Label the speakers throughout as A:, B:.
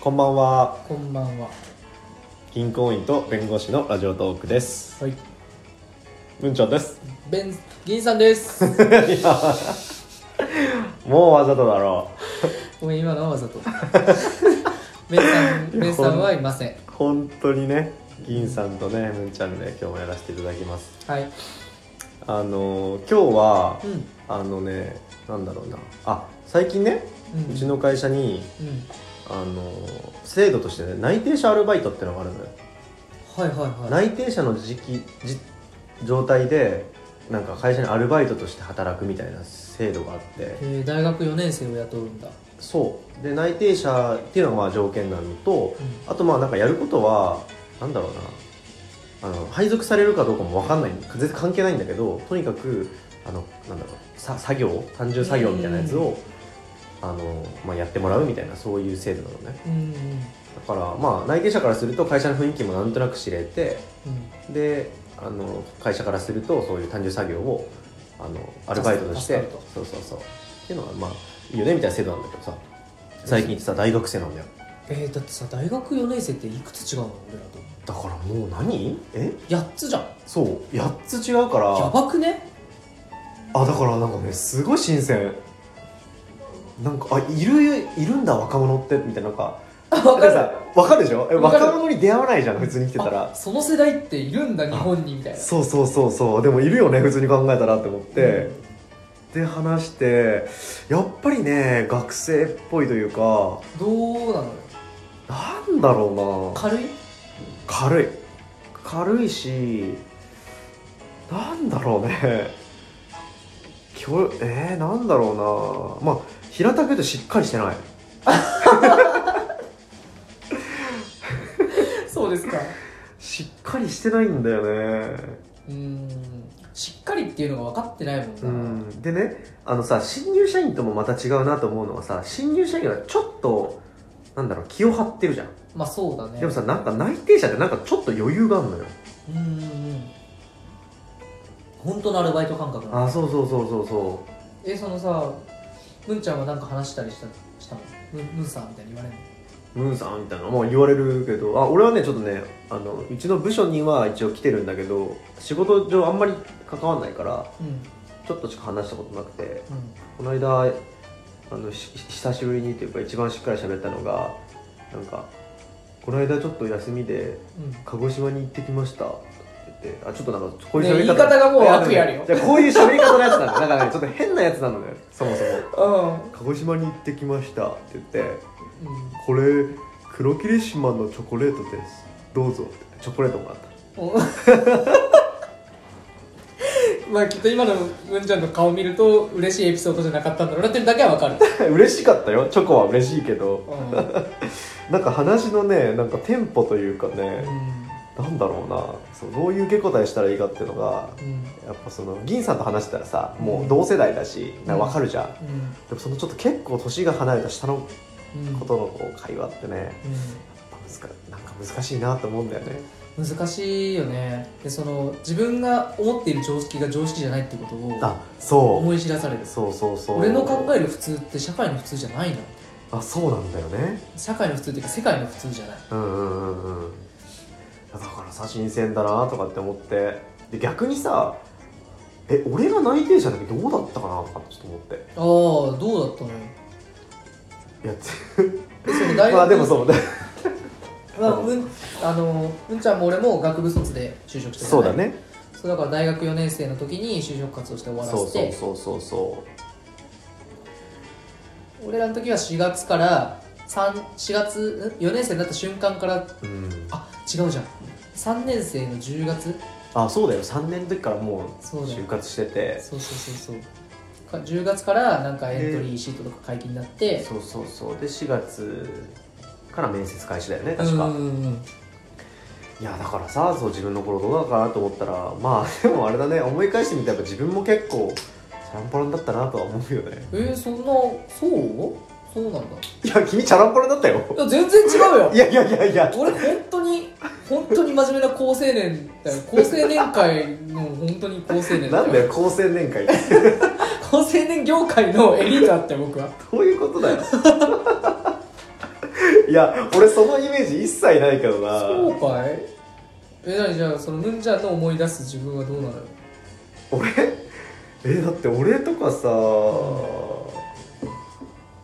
A: こんばんは
B: こんばんは。
A: 銀行員と弁護士のラジオトークです
B: はい。
A: 文ちゃんです
B: ベン、銀さ んです。
A: いやもうわざとだろ
B: ごめん、今のはわ ざと。ベンさん、ベンさんはいません。
A: う本当にね銀さんとね文ちゃんで今日もやらせていただきます
B: はい。
A: あの今日は
B: うん。
A: あのねなんだろうなあ最近ね
B: うん。
A: うちの会社に
B: うん。
A: あの制度としてね内定者アルバイトってのがあるのよ
B: はいはいはい。
A: 内定者の時期じ状態でなんか会社にアルバイトとして働くみたいな制度があって
B: えー、大学4年生を雇うんだ。
A: そうで内定者っていうのがまあ条件なのと
B: うん。
A: あとまあなんかやることはなんだろうなあの配属されるかどうかも分かんない全然関係ないんだけどとにかくあのなんだろうさ作業単純作業みたいなやつをあの、まあ、やってもらうみたいなそういう制度なのね
B: うん。うん。
A: だからまあ内定者からすると会社の雰囲気もなんとなく知れてであの会社からするとそういう単純作業をあのアルバイトとして
B: 助かる
A: そうそうそうっていうのはまあいいよねみたいな制度なんだけどさ最近さ大学生なんだよ
B: えー、だってさ、大学4年生っていくつ違うの俺らと。
A: だからもう何え
B: 8つじゃん。
A: そう8つ違うから
B: やばくね
A: あだからなんかねすごい新鮮なんかあいるいるんだ若者ってみたいななんか
B: わ
A: なんさわかるでしょえ
B: わかる
A: 若者に出会わないじゃん普通に来てたら
B: その世代っているんだ、日本にみたいな。
A: そうそうそうそうでもいるよね普通に考えたらって思って、で話してやっぱりね学生っぽいというか
B: どうなのよ。
A: なんだろうな
B: 軽い
A: 軽い軽いしなんだろうねきょえー、なんだろうなまあ平たく言うとしっかりしてない
B: そうですか。
A: しっかりしてないんだよね
B: うーん。しっかりっていうのが分かってないもん
A: う
B: な。
A: んでねあのさ新入社員ともまた違うなと思うのはさ新入社員はちょっとなんだろう気を張ってるじゃん
B: まあそうだね。
A: でもさなんか内定者ってなんかちょっと余裕があるのよ
B: うんうんうん本当のアルバイト感覚なの
A: あそうそうそうそうそ
B: えそのさむんちゃんはなんか話したりしたしたのむむんさんみたいに言われる
A: うムーンさんみたいなもう言われるけどあ俺はねちょっとねあのうちの部署には一応来てるんだけど仕事上あんまり関わんないから
B: の
A: ちょっとしか話したことなくて
B: う
A: こ
B: ん
A: の間あのし久しぶりにというか一番しっかり喋ったのがなんか「この間ちょっと休みで
B: うんうん
A: 鹿児島に行ってきました」って言ってあちょっとなんかこういう
B: ね
A: 喋り方、
B: 言い方がもう悪意あるよ
A: いやこういう喋り方のやつなんだよなんかねちょっと変なやつなのよそもそも鹿児島に行ってきましたって言って「これ黒霧島のチョコレートですどうぞ」ってチョコレートもらった
B: うんまあきっと今のむんちゃんの顔見ると嬉しいエピソードじゃなかったんだろうなっていうだけはわかる、
A: 嬉しかったよチョコは嬉しいけど
B: うんうん
A: なんか話のねなんかテンポというかねなんだろうなそうどういう受け答えしたらいいかっていうのが
B: うん
A: やっぱその銀さんと話してたらさもう同世代だしなんか分かるじゃん、
B: うん
A: でもそのちょっと結構年が離れた下の
B: うん
A: ことのこう会話ってね
B: うん
A: 難なんか難しいなと思うんだよね
B: 難しいよねでその自分が思っている常識が常識じゃないってことを
A: あそ
B: 思い知らされる
A: うそうそうそう
B: 俺の考える普通って社会の普通じゃないの
A: あそうなんだよね
B: 社会の普通っていうか世界の普通じゃない
A: うんうんうんうんいやだからさ新鮮だなとかって思ってで逆にさえ俺が内定者の時どうだったかなとかちょっと思って
B: ああどうだったの よ
A: いや
B: でその大学
A: まあでもそうだ
B: まあうんあのうんちゃんも俺も学部卒で就職して る
A: そうだね
B: そうだから大学4年生の時に就職活動して終わらせ
A: そうそ
B: て
A: うそうそうそ
B: 俺らの時は4月から34月4年生になった瞬間から
A: ううん
B: あ違うじゃん3年生の10月
A: あそうだよ3年の時からもう
B: そうだよ
A: 就活してて
B: そうそうそうそうか10月からなんかエントリーシートとか解禁になって
A: そうそうそうで4月から面接開始だよね
B: うん
A: 確か、
B: うんうん
A: いやだからさそう自分の頃どうだったかなと思ったらまあでもあれだね思い返してみたらやっぱ自分も結構チャランポランだったなとは思うよね
B: えー、そんなそうそうなんだ
A: いや君チャランポランだったよ
B: いや全然違うよ
A: いやいやいやいや
B: 俺本当に本当に真面目な高青年だよ高青年界の本当に高青年
A: なんだ
B: よ
A: よ高青年会って
B: 高青年業界のエリートだったよ僕は
A: どういうことだよいや俺そのイメージ一切ないけどな
B: そうかいえなにじゃあそのムンジャンの思い出す自分はどうなのよ
A: 俺えだって俺とかさ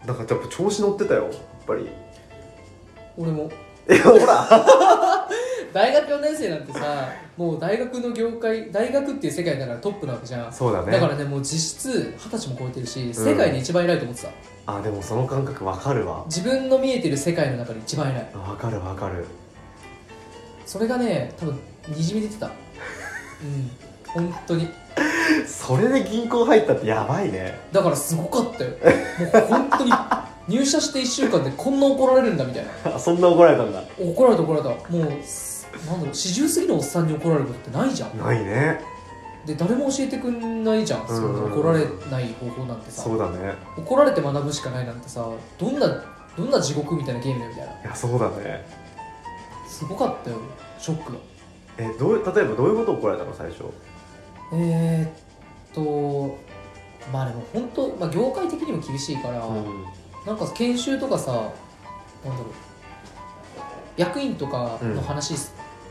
A: なんかやっぱ調子乗ってたよやっぱり
B: 俺も
A: えほら
B: 大学4年生なんてさもう大学の業界大学っていう世界ならトップなわけじゃん
A: そうだね
B: だからねもう実質二十歳も超えてるし世界で一番偉いと思ってた、
A: あでもその感覚わかるわ
B: 自分の見えてる世界の中で一番偉い
A: わかるわかる
B: それがね多分にじみ出てたうん本当に
A: それで銀行入ったってやばいね
B: だからすごかったよもう本当に入社して1週間でこんな怒られるんだみたいな
A: あそんな怒られたんだ
B: 怒られた怒られたもうすなんだろう四十過ぎのおっさんに怒られることってないじゃん
A: ないね
B: で誰も教えてくんないじゃんそんな怒られない方法なんてさ
A: そうだね
B: 怒られて学ぶしかないなんてさどんなどんな地獄みたいなゲームだよみたいない
A: やそうだね
B: すごかったよショックが
A: えどう例えばどういうこと怒られたの最初
B: えー、っとまあでも本当、まあ、業界的にも厳しいから、
A: うん
B: なんか研修とかさなんだろう役員とかの話、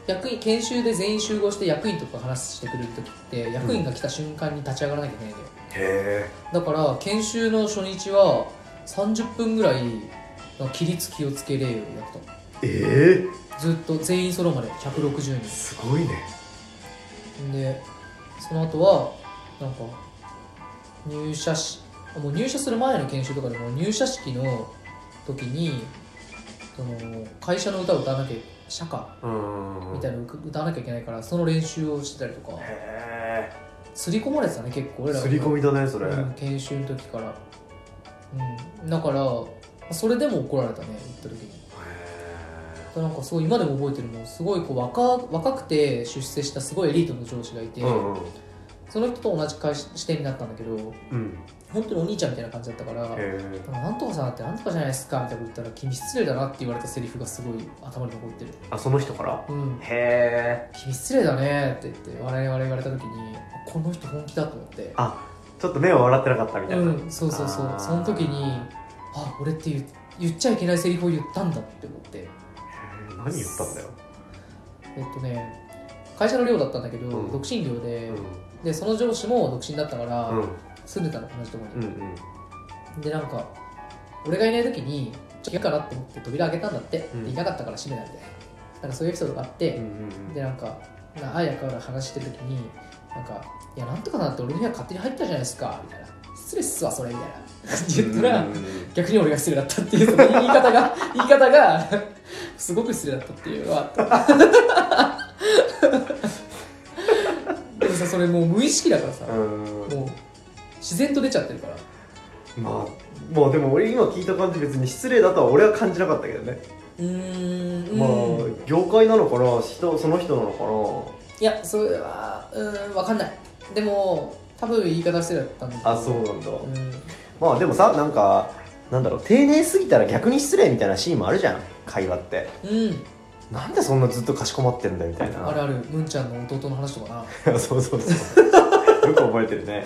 B: 役員研修で全員集合して役員とか話してくれる時って役員が来た瞬間に立ち上がらなきゃいけないんだよ、
A: へえ
B: だから研修の初日は30分ぐらいなんか起立気をつけ礼をやってた
A: え
B: ずっと全員揃うまで160
A: ー、
B: 人
A: すごいね
B: でその後はなんか入社しもう入社する前の研修とかでも入社式の時にその会社の歌を歌わなきゃ社歌
A: うん
B: みたいなのを歌わなきゃいけないからその練習をしてたりとか
A: へ
B: 刷り込まれてたね結構俺
A: え
B: ら
A: 刷り込みだねそれ、
B: うん研修の時からうんだからそれでも怒られたね行った時に
A: へ
B: なんかすごい今でも覚えてるもんすごいこう若若くて出世したすごいエリートの上司がいて、
A: えうんうん
B: その人と同じ会社視点になったんだけど
A: うん
B: 本当にお兄ちゃんみたいな感じだったから「
A: へえ
B: なんとかさんってなんとかじゃないですか」みたいなこと言ったら「君失礼だな」って言われたセリフがすごい頭に残ってる
A: あその人から
B: 「うん
A: へえ
B: 君失礼だね」って言って我々言われた時にあこの人本気だと思って
A: ちょっと目を笑ってなかったみたいな、
B: うんそうそうそう
A: あー
B: その時にあ俺って言う言っちゃいけないセリフを言ったんだって思って
A: へえ何言ったんだよ、
B: えっとね会社の寮だったんだけど、
A: うん
B: 独身寮で、
A: う
B: でその上司も独身だったから、
A: んうん
B: 住んでたの同じとこに、
A: うんうん
B: でなんか俺がいない時にちょっと嫌かなって思って扉開けたんだって、
A: うん
B: でいなかったから閉めたみたいななんかそういうエピソードがあって、
A: うんうん
B: でなんかなあやから話してる時になんか「いやなんとかなって俺の部屋勝手に入ったじゃないですか」みたいな「失礼っすわそれ」みたいな言ったら、
A: うんうんうん
B: 逆に俺が失礼だったっていうその言い方が 言い方がすごく失礼だったっていうのがあったでもさそれもう無意識だからさ、
A: うん
B: もう自然と出ちゃってるから
A: まあまあでも俺今聞いた感じ別に失礼だとは俺は感じなかったけどね、
B: うーん
A: まあ
B: うん
A: 業界なのかな人その人なの
B: いやそれはうーんわかんないでも多分言い方してだったんだけ
A: か
B: ど
A: なあそうなんだ、
B: うん
A: まあでもさなんかなんだろう丁寧すぎたら逆に失礼みたいなシーンもあるじゃん会話って
B: うん
A: なんでそんなずっとかしこまってんだよみたいな
B: あるあるムンちゃんの弟の話とかな
A: そうそうそうよく覚えてるね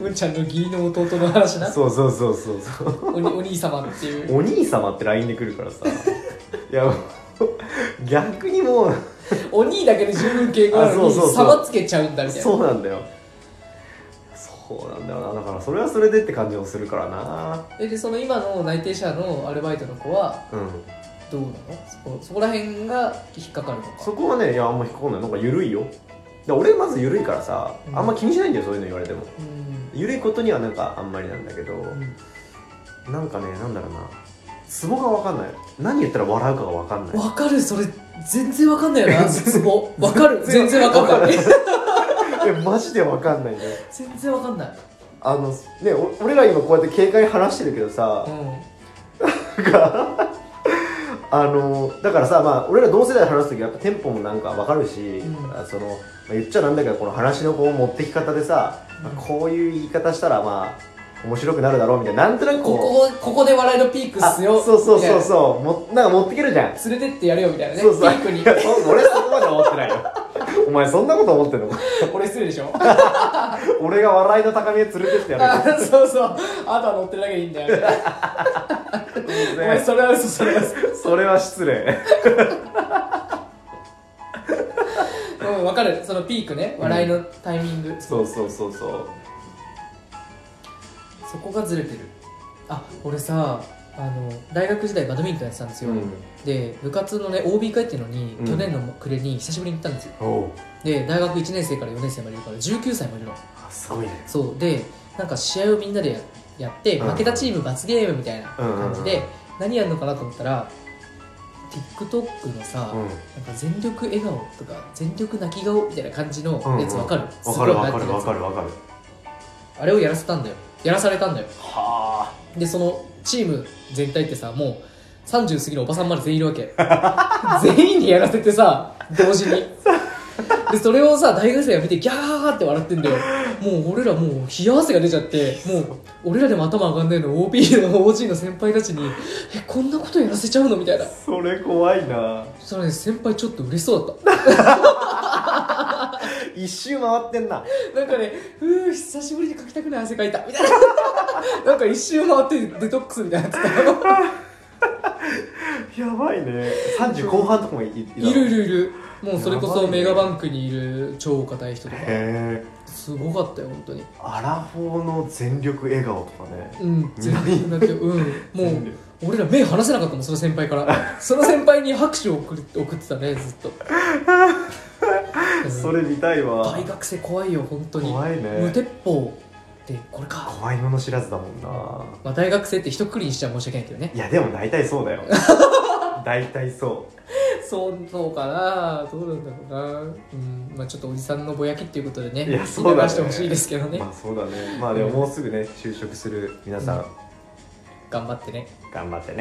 B: ムンちゃんの義理の弟の話な
A: そうそうそうそうそう
B: おにお兄様っていう
A: お兄様って LINE で来るからさいやもう逆にもう
B: お兄だけで十分敬語なの
A: あ
B: に
A: そうそうそう
B: 様つけちゃうんだみたいな
A: そうなんだよそうなんだよなだからそれはそれでって感じもするからな
B: えでその今の内定者のアルバイトの子は
A: うん
B: どうなのそこそこら辺が引っかかるのか
A: そこはねいやあんま引っかかんないなんか緩いよで俺まず緩いからさ、
B: うん
A: あんま気にしないんだよそういうの言われても
B: うん
A: 緩いことにはなんかあんまりなんだけど、
B: うん
A: なんかねなんだろうなツボが分かんない何言ったら笑うかが分かんない
B: わかるそれ全然わかんないよなツボわかる全然わかんない
A: えマジで分かんないんだよ
B: 全然わかんない
A: あのねお俺ら今こうやって警戒話してるけどさ
B: うん
A: なんかあのだからさまあ俺ら同世代で話す時はやっぱテンポもなんか分かるし、
B: うん
A: あその、まあ言っちゃなんだけどこの話のこう持ってき方でさ、まあ
B: うん
A: こういう言い方したらまあ面白くなるだろうみたいななんとなく
B: こ
A: こう
B: こここで笑いのピークっ
A: あ
B: すよ
A: そうそうそう
B: み
A: そうもなんか持ってけるじゃん
B: たいな連れてってやるよみたいなね
A: そうそう
B: ピークに
A: いやそ俺そこまで思ってないよお前そんなこと思ってんのか
B: 俺失礼でしょ
A: 俺 が笑いの高みへ連れてってやるよ
B: あそうそうあとは乗ってるだけでいいんだよみたいなお前それは嘘それは嘘
A: それは失礼
B: うん分かるそのピークね笑いのタイミング、
A: そうそうそうそう
B: そこがずれてるあ俺さあの大学時代バドミントンやってたんですよ、で部活のね OB 会っていうのに、
A: うん
B: 去年の暮れに久しぶりに行ったんですよ
A: おう
B: で大学1年生から4年生までいるから19歳もいるの
A: あすごいね
B: そうでなんか試合をみんなでやって
A: うん
B: 負けたチーム罰ゲームみたいな感じ
A: うん
B: で何やるのかなと思ったら TikTok のさ、
A: うん
B: なんか全力笑顔とか全力泣き顔みたいな感じの
A: うんうん
B: やつわかる、す
A: わか
B: ごい
A: る
B: 流行
A: わか
B: ってや
A: る
B: つ
A: わかるわかる
B: あれをやらせたんだよやらされたんだよ
A: は
B: でそのチーム全体ってさもう30過ぎるおばさんまで全員いるわけ全員にやらせてさ同時にでそれをさ大学生が見てギャーって笑ってんだよもう俺らもう冷や汗が出ちゃってもう俺らでも頭上がんないの OB の OG の先輩たちに「えこんなことやらせちゃうの?」みたいな
A: あそれ怖いな
B: そしたらね先輩ちょっと嬉しそうだった
A: 一周回ってんな
B: なんかね「うー久しぶりに書きたくない汗かいた」みたいななんか一周回ってデトックスみたいなやつ
A: やばいね30後半とかもいいたの
B: いるいるいるもうそれこ
A: やば
B: そ
A: いね
B: メガバンクにいる超硬い 人とか
A: へえ
B: すごかったよ本当に
A: アラフォーの全力笑顔とかね
B: うん全然だって うんも
A: 全
B: う
A: 力
B: 俺ら目離せなかったもんその先輩からその先輩に拍手を送る送ってたねずっと、うん
A: それ見たいわ
B: 大学生怖いよ本当に
A: 怖い
B: 無
A: ね
B: 鉄砲ってこれか、
A: 怖いもの知らずだもんな
B: まあ、大学生って一括りにしちゃ申し訳ないけどね
A: いやでも大体そう だよ大体 そ
B: そうそうかなどうなんだろうなうんまあちょっとおじさんのぼやきっていうことでね
A: いやそうだね
B: 聞き流してほしいですけど
A: う
B: ね、
A: まあそうだねまあでももうすぐね就職する皆さん
B: 頑張ってね
A: 頑張ってね